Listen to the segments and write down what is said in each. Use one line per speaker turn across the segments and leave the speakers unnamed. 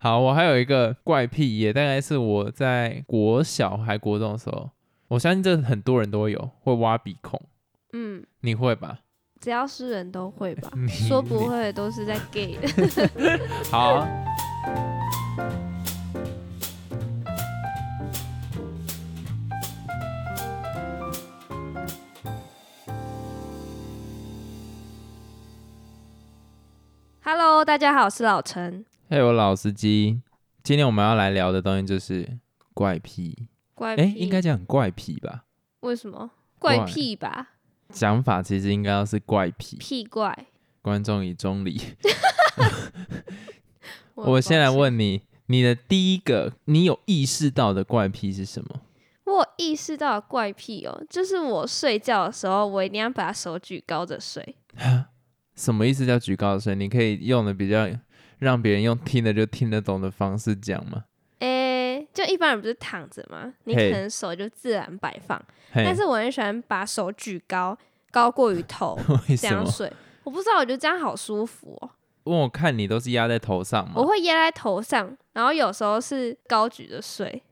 好，我还有一个怪癖，也大概是我在国小还国中的时候，我相信这很多人都有，会挖鼻孔，
嗯，
你会吧？
只要是人都会吧
你，
说不会的都是在 gay 的。
好啊，
Hello，大家好，我是老陈。
还有老司机，今天我们要来聊的东西就是怪癖，
怪癖、
哎，应该讲怪癖吧？
为什么
怪
怪癖吧？
讲法其实应该要是怪癖，
屁怪。
观众以中理。
很
我先来
抱歉，
问你，你的第一个你有意识到的怪癖是什么？
我有意识到的怪癖哦，就是我睡觉的时候，我一定要把手举高着睡。
什么意思叫举高声？你可以用的比较让别人用听的就听得懂的方式讲吗？
诶、就一般人不是躺着吗？你可
嘿
能手就自然摆放，
嘿
但是我很喜欢把手举高，高过于头，
为
这
什
样
么？
睡。我不知道，我觉得这样好舒服哦。
问我看你都是压在头上
我
吗？
会压在头上，然后有时候是高举着睡，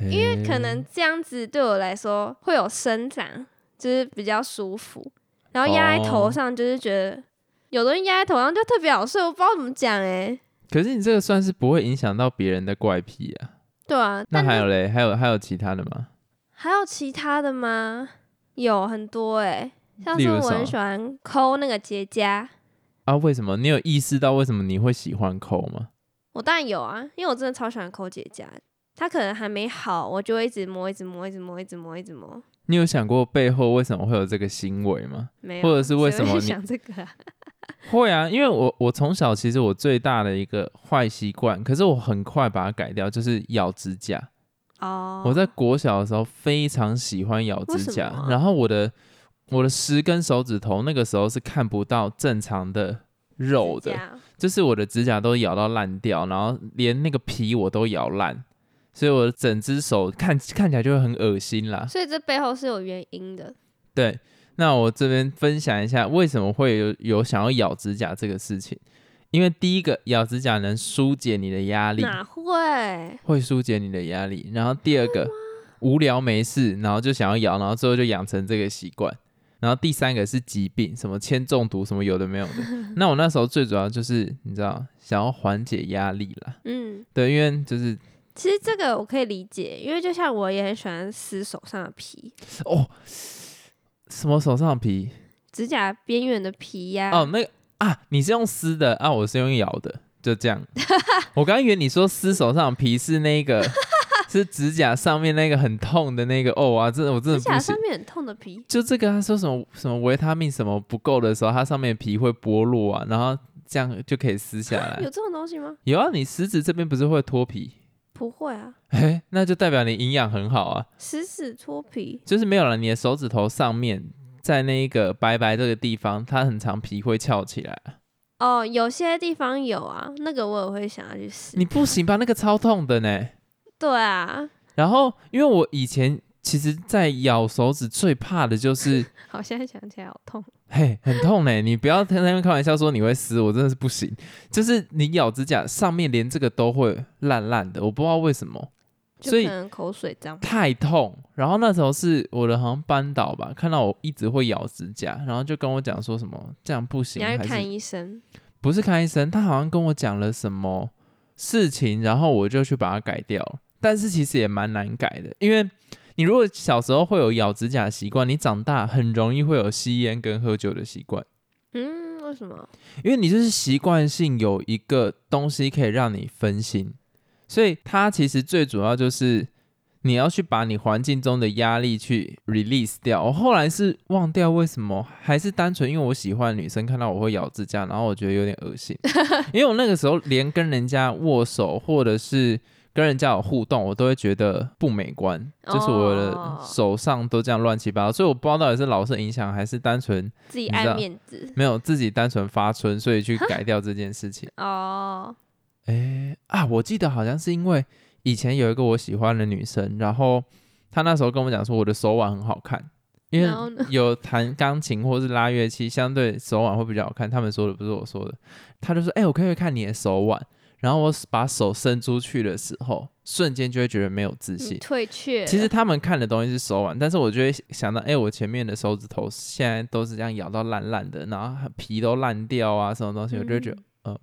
因为
可能这样子对我来说会有伸展，就是比较舒服。然后压在
哦
头上，就是觉得、有的人压在头上就特别好睡，我不知道怎么讲欸诶、
可是你这个算是不会影响到别人的怪癖啊。
对啊，
那
但
还
是
有嘞，还有还有其他的吗？
还有其他的吗？有很多诶、像
例
是
如
我
什么
很喜欢抠那个结痂，
啊，为什么你有意识到为什么你会喜欢抠吗？
我当然有啊，因为我真的超喜欢抠结痂。它可能还没好，我就会一直摸，一直摸，一直摸，一直摸，一直摸。
你有想过背后为什么会有这个行为吗？
没有，啊
或者是为
谁
什么
会
你
想这个、啊？
会啊，因为我我从小其实我最大的一个坏习惯，可是我很快把它改掉，就是咬指甲。
哦，
我在国小的时候非常喜欢咬指甲
为什么，啊
然后我的我的十根手指头那个时候是看不到正常的肉
指
的，
甲
就是我的指甲都咬到烂掉，然后连那个皮我都咬烂，所以我的整只手看看起来就会很恶心啦。
所以这背后是有原因的。
对，那我这边分享一下为什么会有有想要咬指甲这个事情，因为第一个咬指甲能疏解你的压力，
哪会？
会疏解你的压力。然后第二个，无聊没事，然后就想要咬，然后最后就养成这个习惯。然后第三个是疾病，什么铅中毒，什么有的没有的。那我那时候最主要就是你知道，想要缓解压力啦。
嗯，
对，因为就是
其实这个我可以理解，因为就像我也很喜欢撕手上的皮，
哦，什么手上的皮
指甲边缘的皮呀、
哦，那个啊，你是用撕的啊，我是用咬的，就 这样。我刚以为你说撕手上的皮是那个是指甲上面那个很痛的那个哦啊，真的我真的
指
不
甲
行
上。面很痛的皮。
就这个他说什么什么维他命什么不够的时候，它上面的皮会剥落啊，然后这样就可以撕下
有
来。
这种东西吗？
有啊，你食指这边不是会脱皮？
不会啊，
哎、那就代表你营养很好啊。
食指脱皮。
就是没有了，你的手指头上面在那个白白这个地方，它很长皮会翘起来。
哦，有些地方有啊，那个我也会想要去撕。
你不行吧？那个超痛的呢。
对啊，
然后因为我以前其实，在咬手指最怕的 就是，
好，现在想起来好痛。
嘿，很痛呢。你不要在那边开玩笑说你会撕，我真的是不行。就是你咬指甲上面连这个都会烂烂的，我不知道为什么，
就
所以
可能口水脏。
太痛。然后那时候是我的好像班导吧，看到我一直会咬指甲，然后就跟我讲说什么这样不
你
行，
要
还
去
是
看医生。
不是看医生，他好像跟我讲了什么事情，然后我就去把它改掉了。但是其实也蛮难改的，因为你如果小时候会有咬指甲的习惯，你长大很容易会有吸烟跟喝酒的习惯，
嗯，为什么？
因为你就是习惯性有一个东西可以让你分心，所以它其实最主要就是你要去把你环境中的压力去 release 掉。我后来是忘掉为什么，还是单纯因为我喜欢的女生看到我会咬指甲，然后我觉得有点恶心，因为我那个时候连跟人家握手或者是跟人家有互动，我都会觉得不美观，就是我
哦
的手上都这样乱七八糟，所以我不知道到底是老师的影响，还是单纯
自己
你知道
爱面子。
没有自己单纯发春，所以去改掉这件事情。
哦，
诶啊，我记得好像是因为以前有一个我喜欢的女生，然后她那时候跟我讲说我的手腕很好看，因为
然后呢
有弹钢琴或是拉乐器，相对手腕会比较好看。他们说的不是我说的，她就说：“哎、我可以看你的手腕。”然后我把手伸出去的时候，瞬间就会觉得没有自
你
信。
退却了。
其实他们看的东西是手腕，但是我就会想到，哎、我前面的手指头现在都是这样咬到烂烂的，然后皮都烂掉啊，什么东西，我就会觉得，呃，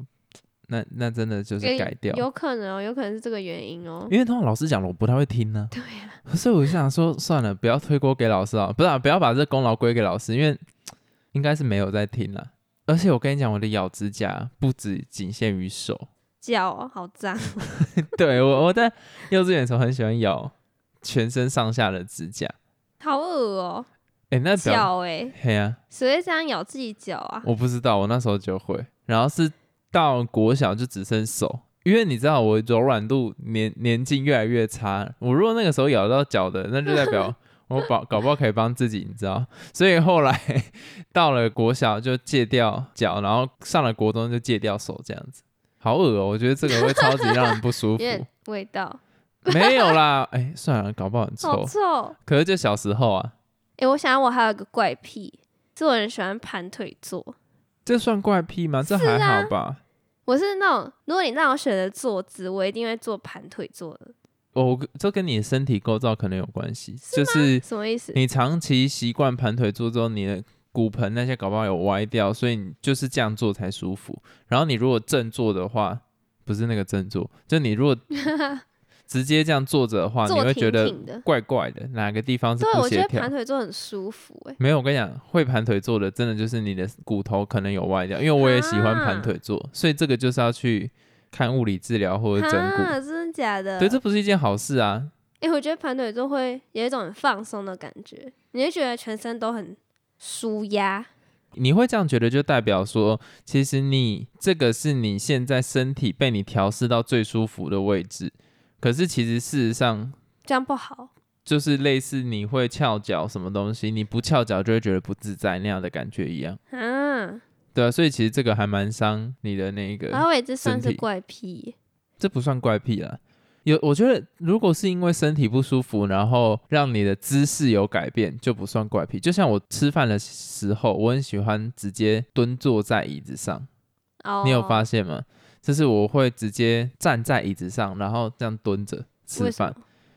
那那真的就是
嗯诶
改掉。
有可能哦，有可能是这个原因哦。
因为通常老师讲了，我不太会听呢、
对啊，
所以我就想说，算了，不要推锅给老师啊，不是、啊，不要把这功劳归给老师，因为应该是没有在听了。而且我跟你讲，我的咬指甲不止仅限于手，
脚哦好脏，
对我我在幼稚园的时候很喜欢咬全身上下的指甲，
好恶哦，
哎、那表啊
脚哎，
嘿呀、
谁会这样咬自己脚啊？
我不知道，我那时候就会，然后是到国小就只剩手，因为你知道我柔软度年年纪越来越差，我如果那个时候咬到脚的，那就代 表我搞搞不好可以帮自己，你知道，所以后来 到了国小就戒掉脚，然后上了国中就戒掉手，这样子，好恶哦、我觉得这个会超级让人不舒
有
服。
点味道，
没有啦，哎、算了，搞不好很臭，
好臭。
可是就小时候啊，
哎，我想我还有个怪癖，是我很喜欢盘腿坐。
这算怪癖吗？这
是
还
啊
好吧。
我是那种，如果你让我选择坐姿，我一定会坐盘腿坐的。
哦我这跟你的身体构造可能有关系，就是
什么意思？
你长期习惯盘腿坐之后，你的骨盆那些搞不好有歪掉，所以你就是这样做才舒服。然后你如果正坐的话，不是那个正坐，就你 如果直接这样坐着的话，啊你
坐
会
挺
觉得
挺的。
怪怪的，哪个地方是
对，
不
我觉
协
得
调
盘。腿坐很舒服哎、
没有，我跟你讲，会盘腿坐的，真的就是你的骨头可能有歪掉，因为我也喜欢盘
啊
腿坐，所以这个就是要去看物理治疗或者整骨。
啊，真的假的？
对，这不是一件好事啊。
哎、我觉得盘腿坐会有一种很放松的感觉，你会觉得全身都很舒压。
你会这样觉得，就代表说，其实你这个是你现在身体被你调试到最舒服的位置。可是其实事实上，
这样不好。
就是类似你会翘脚什么东西，你不翘脚就会觉得不自在那样的感觉一样。
啊，
对啊，所以其实这个还蛮伤你的那个，
然后也这算
身
是
体
怪癖，
这不算怪癖啦。有，我觉得如果是因为身体不舒服，然后让你的姿势有改变，就不算怪癖。就像我吃饭的时候，我很喜欢直接蹲坐在椅子上。
哦，
你有发现吗？就是我会直接站在椅子上，然后这样蹲着吃
为什
饭，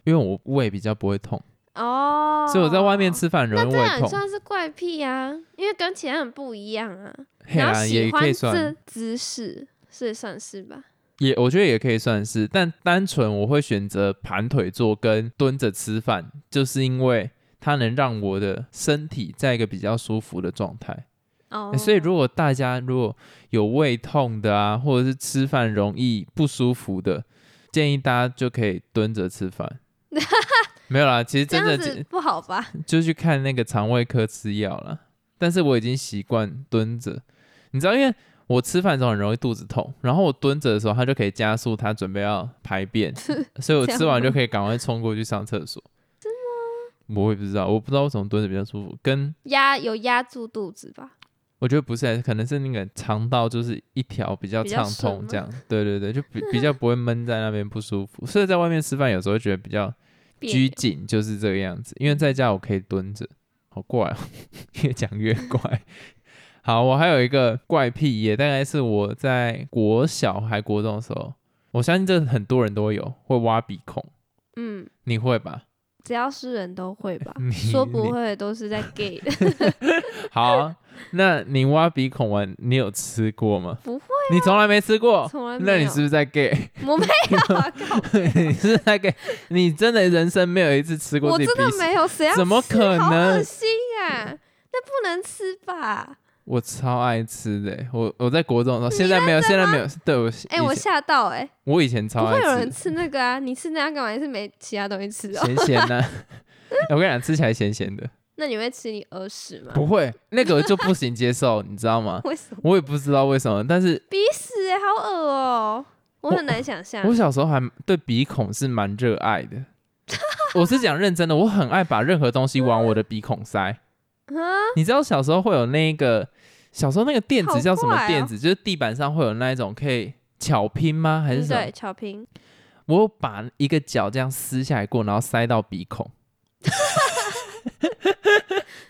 因为我胃比较不会痛，
哦，
所以我在外面，吃饭
那
容易
这
胃
样也
痛。
算是怪癖啊，因为跟其他人不一样啊。
嘿
然
啊，
后
也
喜
可以
欢
算
这，姿势，是算是吧？
也我觉得也可以算是，但单纯我会选择盘腿坐跟蹲着吃饭，就是因为它能让我的身体在一个比较舒服的状态。
哦，
欸所以如果大家如果有胃痛的啊，或者是吃饭容易不舒服的，建议大家就可以蹲着吃 饭。没有啦，其实
这
真
样
的
子
就
不好吧？
就去看那个肠胃科吃药了。但是我已经习惯蹲着，你知道，因为我吃饭的时候很容易肚子痛，然后我蹲着的时候，它就可以加速它准备要排便， 所以我
这样
吃完就
吗
可以赶快冲过去上厕所。真的？我也不知道，我不知道为什么蹲着比较舒服，跟
压有压住肚子吧？
我觉得不是欸，可能是那个肠道就是一条比较
比较
畅
顺
通
吗
这样，对对对，就 比比较不会闷在那边不舒服。所以在外面吃饭有时候觉得比较
别
拘
扭
谨，就是这个样子。因为在家我可以蹲着，好怪哦， 越讲越怪。 好，我还有一个怪癖，也大概是我在国小还国中的时候，我相信这很多人都会有，会挖鼻孔，
嗯，
你会吧？
只要是人都会吧
你？
说
你
不会的都是在 gay 的，
好啊，那你挖鼻孔丸你有吃过吗？
不会，
你从来没吃过，
从来没有。
那你是不是在 gay？
我没有啊，靠
你是那个，你真的人生没有一次吃过
我
自己
真
鼻
的
屎？
没有，谁要
怎么
吃
可
好恶
能
心啊！那不能吃吧？
我超爱吃的欸，我我在国中的时候，现在没有，现在没有。对我以前，
哎，我吓到哎，
我以前
不
超
会
爱
有人
吃，
吃那个啊？你吃那样干嘛？你是没其他东西吃哦？
咸咸的。 我跟你讲，吃起来咸咸的，
那你会吃你耳屎吗？
不会那个就不行接受，你知道吗？
为什么？
我也不知道为什么，但是
鼻屎哎，好恶哦、我很难想象。
我小时候还对鼻孔是蛮热爱的。我是讲认真的，我很爱把任何东西往我的鼻孔塞。
啊，
你知道小时候会有那个，小时候那个垫子
好
叫什么
怪哦
垫子？就是地板上会有那一种可以巧拼吗？还是什
对，
么？
巧平，
我有把一个角这样撕下来过，然后塞到鼻孔。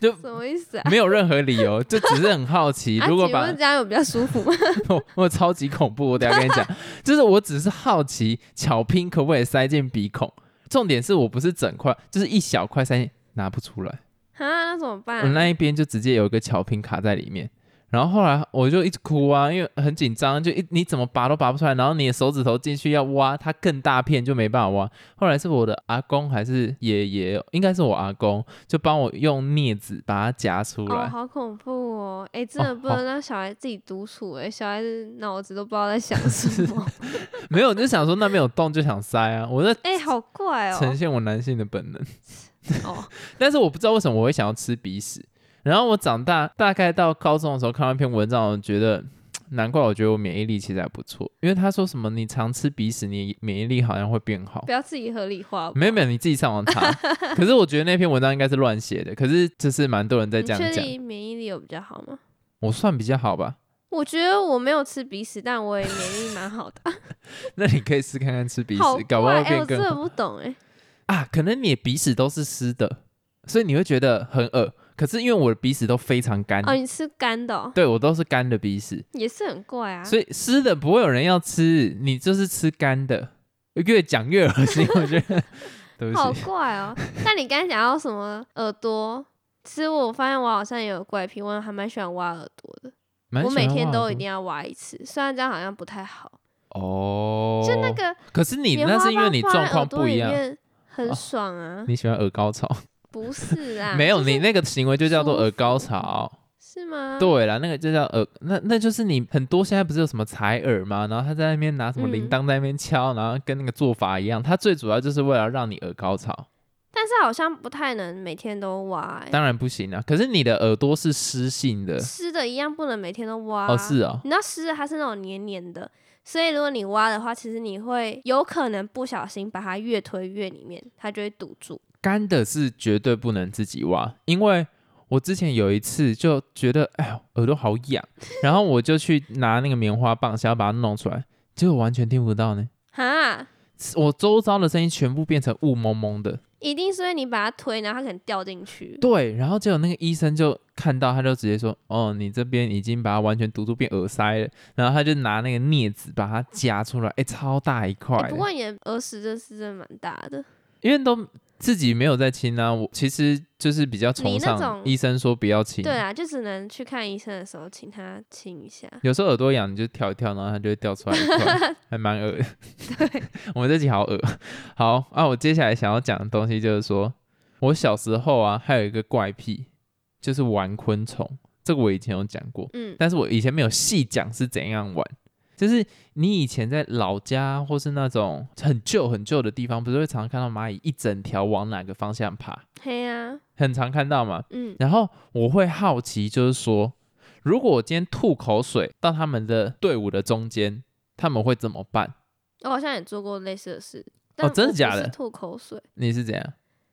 就
什么意思啊？
没有任何理由，就只是很好奇。
啊，
如果
请
把
问这样有比较舒服吗？
我我超级恐怖，我等一下跟你讲，就是我只是好奇巧拼可不可以塞进鼻孔，重点是我不是整块，就是一小块塞进拿不出来，
啊，那怎么办
我？嗯那一边就直接有一个巧拼卡在里面。然后后来我就一直哭啊，因为很紧张，就一你怎么拔都拔不出来，然后你的手指头进去要挖，它更大片就没办法挖。后来是我的阿公还是爷爷，应该是我阿公，就帮我用镊子把它夹出来。
哦，好恐怖哦！哎、真的
哦
不能让小孩自己独处、哎、小孩子脑子都不知道在想什 么，
没有，就想说那边有洞就想塞啊，我在
哎、好怪
呈
哦。
现我男性的本能。
哦，
但是我不知道为什么我会想要吃鼻屎。然后我长大，大概到高中的时候看到一篇文章，我觉得嘖难怪我觉得我免疫力其实还不错，因为他说什么你常吃鼻屎，你免疫力好像会变好
不。要自己合理化。
没有没有，你自己上网 查。可是我觉得那篇文章应该是乱写的，可是就是蛮多人在
你
这样
确
讲。
定免疫力有比较好吗？
我算比较好吧？
我觉得我没有吃鼻屎，但我也免疫力蛮好的。
那你可以试看看吃鼻
好
屎，搞不
怪，
好会
哎、我
变更
真的
好
不懂 哎、
啊。可能你的鼻屎都是湿的，所以你会觉得很恶。可是因为我的鼻屎都非常干，
哦，你吃干的、哦，
对我都是干的鼻屎，
也是很怪啊。
所以湿的不会有人要吃，你就是吃干的。越讲越恶心，我觉 得。对
好
不起，
怪哦！但你刚才讲到什么耳朵？其实我发现我好像也有怪癖，我还蛮喜欢挖耳朵的。
蛮喜
我
欢
每天
挖
都
耳
一
朵
定要挖一次，虽然这样好像不太好。
哦。
就那，个
可是你
棉
那
花
是因为
棒
你
放在
状况
耳朵
不一
里
样，
面
哦
很爽啊！
你喜欢耳高潮，
不是 啊，
没有
就是
你那个行为就叫做
舒
耳高
服
潮。
是吗？
对啦，那个就叫耳，那那就是你很多现在不是有什么采耳吗？然后他在那边拿什么铃
嗯
铛在那边敲，然后跟那个做法一样，他最主要就是为了让你耳高潮。
但是好像不太能每天都挖、欸，
当然不行啊，可是你的耳朵是湿性的
湿的一样不能每天都挖。
哦，是哦，
你知道湿的它是那种黏黏的，所以如果你挖的话，其实你会有可能不小心把它越推越里面，它就会堵住。
干的是绝对不能自己挖，因为我之前有一次就觉得，哎呦，耳朵好痒，然后我就去拿那个棉花棒想要把它弄出来，结果完全听不到呢，
哈，
我周遭的声音全部变成雾蒙蒙的。
一定是因为你把它推，然后它可能掉进去。
对，然后结果那个医生就看到，他就直接说，哦，你这边已经把它完全堵住变耳塞了，然后他就拿那个镊子把它夹出来，哎，超大一块
欸
的、
不过你的耳屎这是真的蛮大的，
因为都自己没有在亲啊，我其实就是比较
你
崇
那
尚
种
医生说不要亲，
对啊，就只能去看医生的时候请他亲一下。
有时候耳朵痒，你就跳一跳，然后它就会掉出来一块，还蛮恶的。
对，
我们这集好恶。好啊，我接下来想要讲的东西就是说，我小时候啊，还有一个怪癖，就是玩昆虫。这个我以前有讲过，
嗯，
但是我以前没有细讲是怎样玩。就是你以前在老家或是那种很旧很旧的地方，不是会常常看到蚂蚁一整条往哪个方向爬，
嘿呀、啊，
很常看到嘛。
嗯，
然后我会好奇，就是说，如果我今天吐口水到他们的队伍的中间，他们会怎么办？
我好像也做过类似的事。但
哦真的
我不
假
是
的
吐口水，
你是怎样？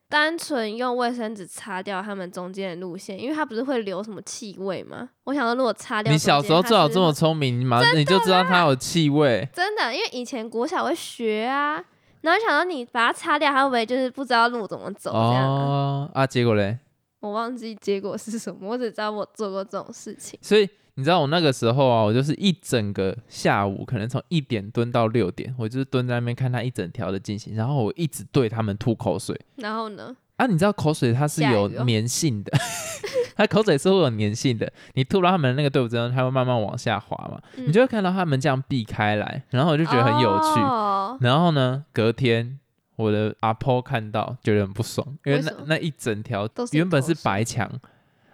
单纯用卫生纸擦掉他们中间的路线，因为它不是会留什么气味吗？我想说，如果擦掉中间，
你小时候
它
最好
是
这么聪明，你马你就知道它有气 味。
真的，因为以前国小会学啊，然后想到你把它擦掉，它会不会就是不知道路怎么走这样啊？
哦啊，结果嘞，
我忘记结果是什么，我只知道我做过这种事情。
所以你知道我那个时候啊，我就是一整个下午，可能从一点蹲到六点，我就是蹲在那边看它一整条的进行，然后我一直对他们吐口水。
然后呢，
啊，你知道口水它是
下
有
雨哦
粘性的， 它口水是会有粘性的。你吐到他们那个队伍之后，它会慢慢往下滑嘛，你
嗯
就会看到他们这样避开来，然后我就觉得很有趣。
哦、
然后呢，隔天我的阿婆看到觉得很不爽，因为
为
那
什么
那一整条
都是你
原本是
口水
白墙，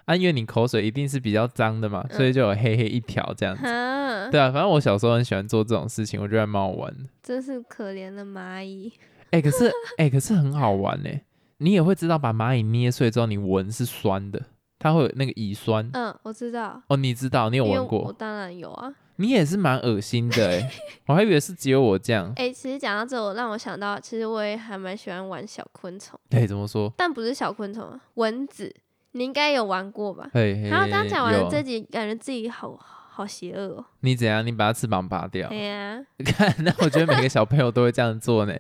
啊，因为你口水一定是比较脏的嘛，所
嗯
以就有黑黑一条这样 子。
哈，
对啊，反正我小时候很喜欢做这种事情，我觉得还蛮好玩的。
真是可怜的蚂蚁。
哎、可是哎、可是很好玩呢、你也会知道把蚂蚁捏碎之后，你闻是酸的，它会有那个乙酸。
嗯，我知道，
哦，你知道，你有
因为
闻
我我
过，
当然有啊。
你也是蛮恶心的 哎、我还以为是只有我这样。
哎、其实讲到这，我让我想到，其实我也还蛮喜欢玩小昆虫，
哎、怎么说？
但不是小昆虫啊，蚊子，你应该有玩过吧？
嘿嘿，
然后刚讲完了
有
这集，感觉自己好好邪恶哦。
你怎样？你把它翅膀拔掉
哎？呀，
看，那我觉得每个小朋友都会这样做呢。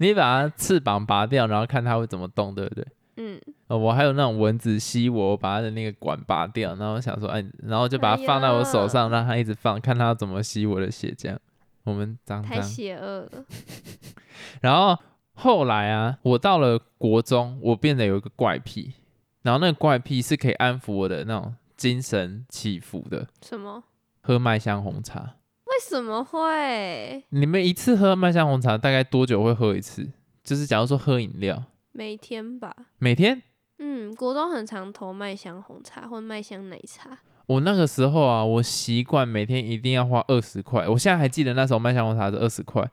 你把它翅膀拔掉，然后看它会怎么动，对不对？
嗯，
呃，我还有那种蚊子吸我，我把它的那个管拔掉，然后想说，哎，然后就把它放在我手上，让它一直放，看它怎么吸我的血，这样。我们脏
太
脏。
邪恶了。
然后后来啊，我到了国中，我变得有一个怪癖，然后那个怪癖是可以安抚我的那种精神起伏的，
什么？
喝麦香红茶。
为什么会
你们一次喝麦香红茶大概多久会喝一次？就是假如说喝饮料，
每天吧？
每天。
嗯，国中很常投麦香红茶或麦香奶茶，
我那个时候啊，我习惯每天一定要花二十块。我现在还记得那时候麦香红茶是二十块，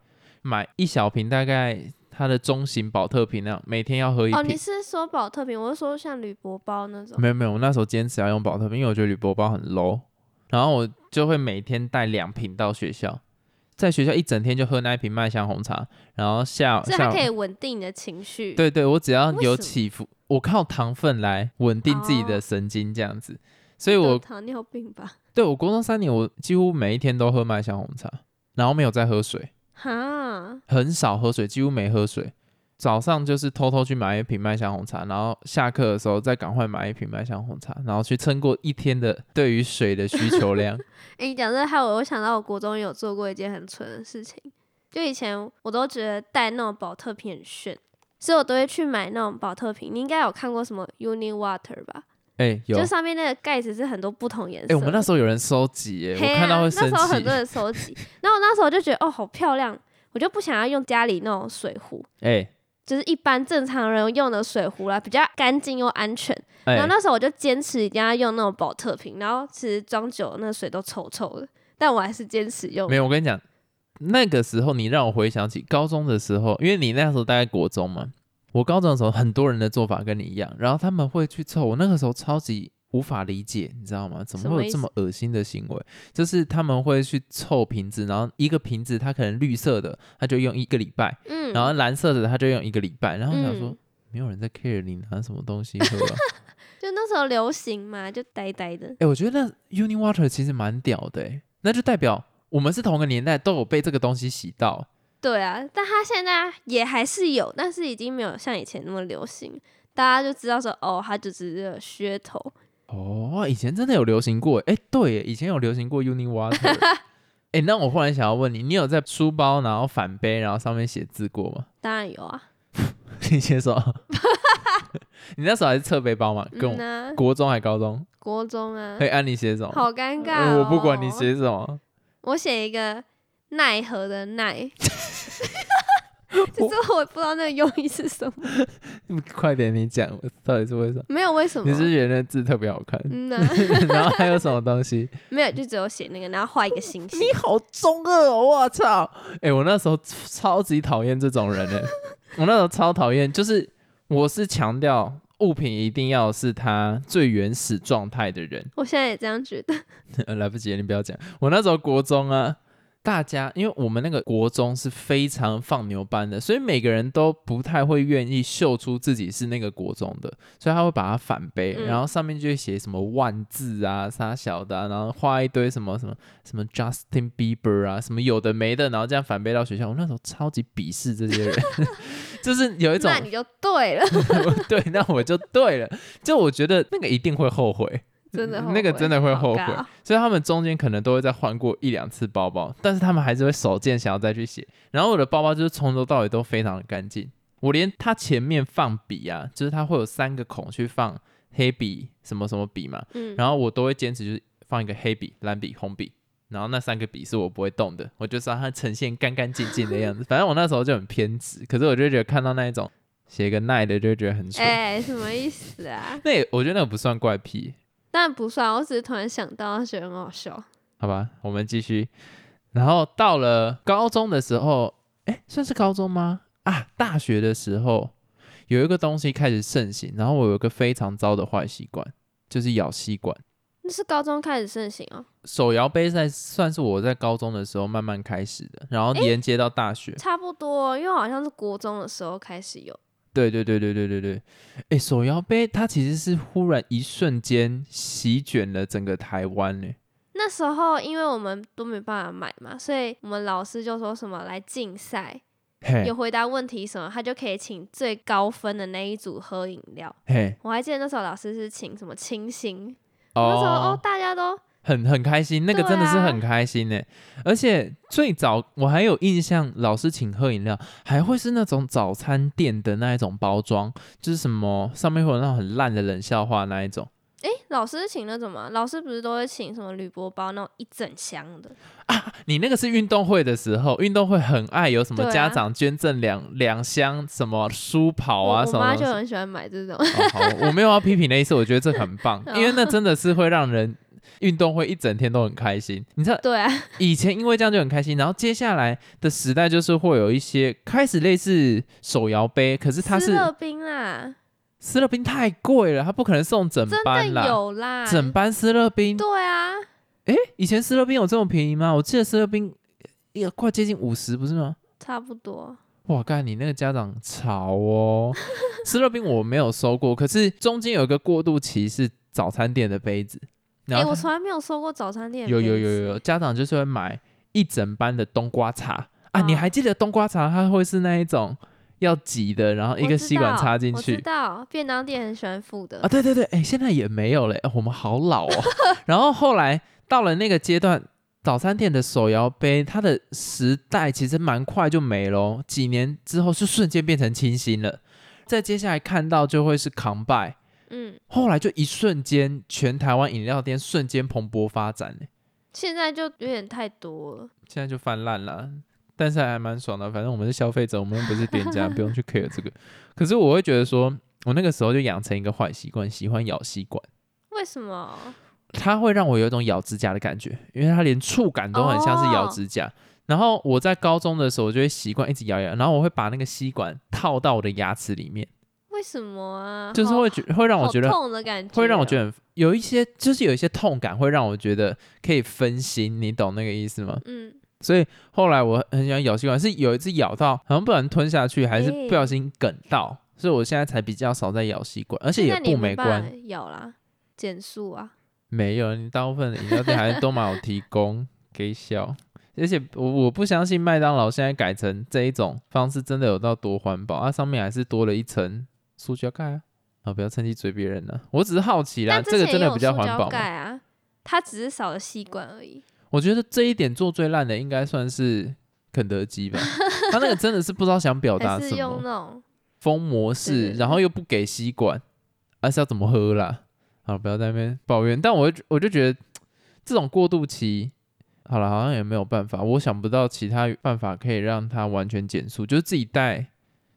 买一小瓶，大概它的中型保特瓶那样，每天要喝一
哦，
瓶
你。是说保特瓶？我是说像铝箔包那种。
没有没有，我那时候坚持要用保特瓶，因为我觉得铝箔包很 low，然后我就会每天带两瓶到学校，在学校一整天就喝那一瓶麦香红茶，然后下
所以它
下午
可以稳定你的情绪。，
对对，我只要
为
有
什么
起伏，我靠糖分来稳定自己的
哦
神经这样子，所以我
糖尿病吧？
对我国中三年，我几乎每一天都喝麦香红茶，然后没有再喝水，
哈，
很少喝水，几乎没喝水。早上就是偷偷去买一瓶麦香红茶，然后下课的时候再赶快买一瓶麦香红茶，然后去撑过一天的对于水的需求量。
哎、你讲这害我，我想到我国中有做过一件很蠢的事情，就以前我都觉得带那种保特瓶很炫，所以我都会去买那种保特瓶。你应该有看过什么 Uni Water 吧？
哎、有
就
哎、
上面那个盖子是很多不同颜色的。
我们那时候有人收集、哎，
嘿
我看到
啊
会生
那时候很
气
多。人收集，然后我那时候就觉得哦，好漂亮，我就不想要用家里那种水壶，
哎
就是一般正常人用的水壶啦，比较干净又安全。然后
哎，
那时候我就坚持一定要用那种保特瓶，然后其实装久了那个水都臭臭的，但我还是坚持用
没。有，我跟你讲，那个时候你让我回想起高中的时候，因为你那时候大概国中嘛，我高中的时候很多人的做法跟你一样，然后他们会去凑，我那个时候超级无法理解，你知道吗？怎么
什么
会有
意
这么恶心的行为？就是他们会去凑瓶子，然后一个瓶子它可能绿色的，它就用一个礼拜，
嗯，
然后蓝色的它就用一个礼拜，然后我想说。
嗯
没有人在 care 你拿什么东西喝啊？
就那时候流行嘛，就呆呆的
哎、。我觉得那 Uni Water 其实蛮屌的、欸，那就代表我们是同个年代，都有被这个东西洗到。
对啊，但它现在也还是有，但是已经没有像以前那么流行。大家就知道说，哦，它就只是个噱头。
哦，以前真的有流行过，哎，对耶，以前有流行过 Uni Water。哎，那我忽然想要问你，你有在书包然后反背，然后上面写字过吗？
当然有啊，
你先说， 你那时候还是侧背包吗？跟
嗯
我、
啊，
国中还高中？
国中啊，
哎，安、妮写什么？
好尴尬、
呃
哦
我不管你，写什么，
我写一个奈何的奈，就是我也不知道那个用意是什么，
嗯快点你讲，到底是为什么？
没有为什么
你。是不是觉得那字特别好 看？
嗯呐、
然后还有什么东西？
没有，就只有写那个，然后画一个星星。
你好中二哦！我操！哎、我那时候超级讨厌这种人哎、 我那时候超讨厌，就是我是强调物品一定要是它最原始状态的人。
我现在也这样觉得。
呃来不及了，你不要讲。我那时候国中啊，大家因为我们那个国中是非常放牛班的，所以每个人都不太会愿意秀出自己是那个国中的，所以他会把它反背，
嗯
然后上面就会写什么万字啊、啥小的、啊，然后画一堆什么什么什么 Justin Bieber 啊，什么有的没的，然后这样反背到学校。我那时候超级鄙视这些人， 就是有一种
那你就对了，
对，那我就对了，就我觉得那个一定会后悔。
真的后
嗯
悔
那个真的会后悔
好尬哦，
所以他们中间可能都会再换过一两次包包，但是他们还是会手贱想要再去写。然后我的包包就是从头到尾都非常的干净，我连它前面放笔啊，就是它会有三个孔去放黑笔什么什么笔嘛，
嗯，
然后我都会坚持就是放一个黑笔、蓝笔、红笔，然后那三个笔是我不会动的，我就是让它呈现干干净净的样子。反正我那时候就很偏执，可是我就觉得看到那一种写个奈的就会觉得很蠢。
哎、什么意思啊？
那也我觉得那个不算怪癖，
但不算，我只是突然想到，觉得很好笑。
好吧，我们继续。然后到了高中的时候，哎，算是高中吗？啊，大学的时候有一个东西开始盛行，然后我有一个非常糟的坏习惯，就是咬吸管。
那是高中开始盛行哦，
手摇杯在算是我在高中的时候慢慢开始的，然后连接到大学。
差不多，因为好像是国中的时候开始有。
对对对对对对对，哎，手摇杯它其实是忽然一瞬间席卷了整个台湾呢。
那时候因为我们都没办法买嘛，所以我们老师就说什么来竞赛，
嘿
有回答问题什么，他就可以请最高分的那一组喝饮料。
嘿，
我还记得那时候老师是请什么清新，我那时候哦，大家都
很很开心，那个
对
真的是
啊
很开心呢、而且最早我还有印象，老师请喝饮料，还会是那种早餐店的那一种包装，就是什么上面会有那种很烂的冷笑话那一种
诶，老师请那种嘛，老师不是都会请什么铝箔包那种一整箱的？
啊。你那个是运动会的时候，运动会很爱有什么
对啊
家长捐赠两两箱什么书跑
我
啊
我
什
妈
么
就
东西。
很喜欢买这种。 ，
哦好，我没有要批评的意思，我觉得这很棒
哦
因为那真的是会让人运动会一整天都很开心。你知道
对啊，
以前因为这样就很开心，然后接下来的时代就是会有一些开始类似手摇杯，可是它
斯
是
乐冰啦，
斯乐冰太贵了，它不可能送整
真的
班啦。
有啊啦，
整班斯乐冰，
对啊，
诶，以前斯乐冰有这么便宜吗？我记得斯乐冰也快接近五十，不是吗？
差不多。
哇，干你那个家长潮哦！斯乐冰我没有收过，可是中间有一个过渡期是早餐店的杯子，
诶，
然后
我
它
从来没有收过早餐店的
有
杯
有有
子
有有，家长就是会买一整班的冬瓜茶啊！你
哦
还记得冬瓜茶它会是那一种要挤的，然后一
我
个
知
吸管
道
插进
我知
去
道，便当店很喜欢附的
啊？。对对对，哎，现在也没有了，哎我们好老 哦。然后后来到了那个阶段，早餐店的手摇杯，它的时代其实蛮快就没了哦，几年之后就瞬间变成清新了。再接下来看到就会是扛拜，
嗯，
后来就一瞬间，全台湾饮料店瞬间蓬勃发展哎
现在就有点太多了。
现在就泛滥了，但是还蛮爽的。反正我们是消费者，我们又不是店家，不用去 care 这个。 可是我会觉得说，我那个时候就养成一个坏习惯，喜欢咬吸管，
为什么？
它会让我有一种咬指甲的感觉，因为它连触感都很像是咬指
哦
甲。然后我在高中的时候，我就会习惯一直咬咬，然后我会把那个吸管套到我的牙齿里面，
为什么啊？
就是
好
会觉会让我
好
觉得
痛的感觉哦，
会让我觉得很有一些就是有一些痛感，会让我觉得可以分心，你懂那个意思吗？
嗯，
所以后来我很喜欢咬吸管，是有一次咬到，好像不小心吞下去，还是
欸
不小心梗到，所以我现在才比较少在咬吸管，而且也
现在你
不
也
美
没办
观。
法咬啦，减速啊。
没有，你大部分的饮料店还是都蛮有提供给小，而且我我不相信麦当劳现在改成这一种方式真的有到多环保，它、啊上面还是多了一层塑胶盖啊。啊、不要趁机追别人了、我只是好奇啦，
但
啊这
之
个
前也
真的
有
比
塑
较
胶
环保吗？
盖啊，它只是少了吸管而已。
我觉得这一点做最烂的应该算是肯德基 吧，他那个真的是不知道想表达
还
什
是
么。
用那种
封模
对
式，
对对
然后又不给吸管，而、是要怎么喝啦？好，不要在那边抱怨。但我就我就觉得这种过渡期，好了，好像也没有办法，我想不到其他办法可以让它完全减速，就是自己带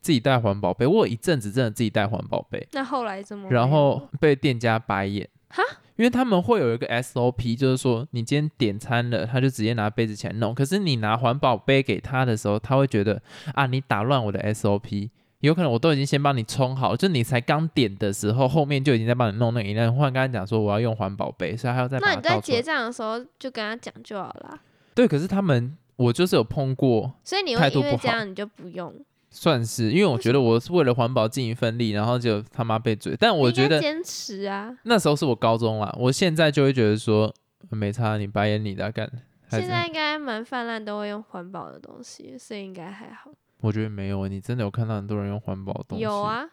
自己带环保杯。我有一阵子真的自己带环保杯，
那后来怎么没有？
然后被店家白眼。
哦哈，
因为他们会有一个 SOP，就是说你今天点餐了，他就直接拿杯子起来弄。可是你拿环保杯给他的时候，他会觉得啊，你打乱我的 SOP。有可能我都已经先帮你冲好，就你才刚点的时候，后面就已经在帮你弄那个饮料。忽然跟他讲说我要用环保杯，所以他要再把
那
它
你在
倒出
结
来。
账的时候就跟他讲就好啦。
对，可是他们我就是有碰过，
所以你
态
会
度
因为
不
这
好
样你就不用。
算是因为我觉得我是为了环保尽一份力，然后就他妈被嘴。但我
你应
觉
该
得
坚持啊。
那时候是我高中啦，我现在就会觉得说没差，你白眼你的啊干。还是
现在应该蛮泛滥，都会用环保的东西，所以应该还好。
我觉得没有，你真的有看到很多人用环保的东西。
有，啊，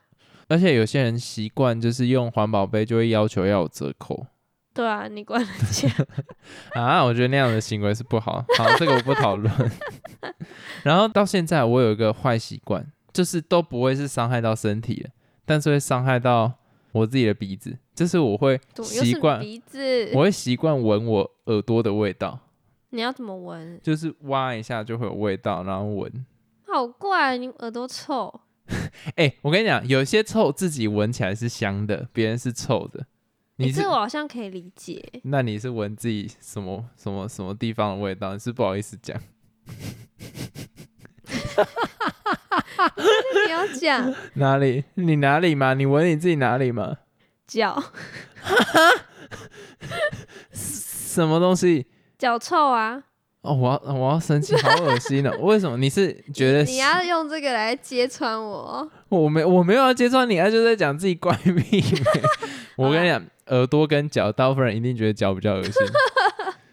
而且有些人习惯就是用环保杯就会要求要有折扣
对啊，你管得起
啊，我觉得那样的行为是不好。好，这个我不讨论。 然后到现在我有一个坏习惯，就是都不会是伤害到身体的，但是会伤害到我自己的鼻子，就是我会
怎么又
习
是
惯，
鼻子
我，会习惯闻我耳朵的味道，
你要怎么闻？
就是挖一下就会有味道，然后闻。
好怪，你耳朵臭。
哎、我跟你讲，有些臭自己闻起来是香的，别人是臭的。
你
你是
这我好像可以理解，
那你是闻自己什么什么什么地方的味道？你是不好意思讲，
你要讲
哪里？你哪里吗？你闻你自己哪里吗？
脚
什么东西？
脚臭啊，
哦，我要我要生气，好恶心哦！为什么？你是觉得
你要用这个来揭穿我。
我没我没有要揭穿你，他就在讲自己怪癖。 我跟你讲，耳朵跟脚，大部分人一定觉得脚比较恶心，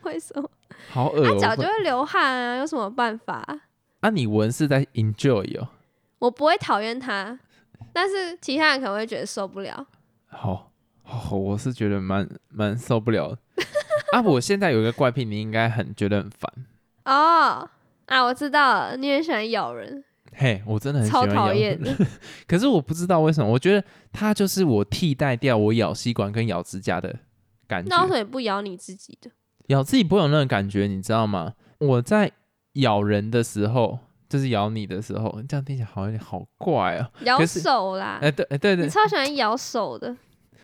为什么？
好恶、
他
哦。
啊脚就会流汗啊，有什么办法？
啊，你闻是在 enjoy 哦，
我不会讨厌它，但是其他人可能会觉得受不了。
好， 好，我是觉得蛮蛮受不了的。啊，我现在有一个怪癖，你应该很觉得很烦。
哦，啊，我知道了，你很喜欢咬人，
嘿，我真的很嗯喜
超
欢
讨
咬
厌的。
可是我不知道为什么，我觉得它就是我替代掉我咬吸管跟咬指甲的感
那为什
觉。
么你不咬你自己的？
咬自己不会有那种感觉，你知道吗？我在咬人的时候，就是咬你的时候，这样听起来好像有点好怪哦、
咬
可是
手啦，
哎、对，哎、对
啊你
对，
超喜欢咬手的，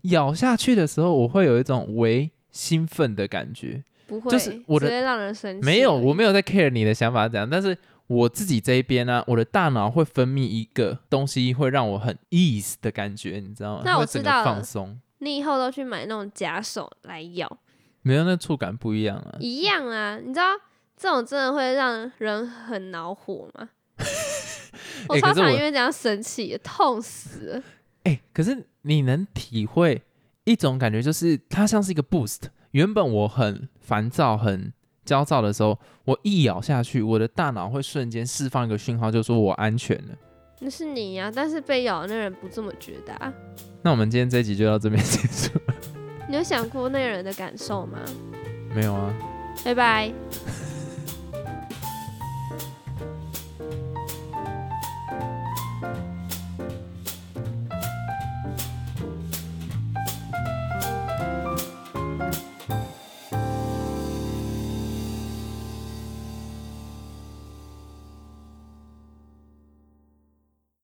咬下去的时候，我会有一种为兴奋的感觉。
不会，
就是我的
只会让人生气。
没有，我没有在 care 你的想法是怎样，但是我自己这一边呢、啊我的大脑会分泌一个东西，会让我很 ease 的感觉，你知道吗？
那我
会整个
知道了
放松，
你以后都去买那种假手来咬，
没有那触感不一样啊。
一样啊。你知道这种真的会让人很恼火 吗？我
哎可
超
是
常
我
因为这样生气，痛死了。
哎、可是你能体会一种感觉，就是它像是一个 boost。原本我很烦躁、很焦躁的时候，我一咬下去，我的大脑会瞬间释放一个讯号，就说我安全了。
那是你呀、但是被咬的那人不这么觉得啊。
那我们今天这一集就到这边结束。
你有想过那个人的感受吗？
没有啊。
拜拜。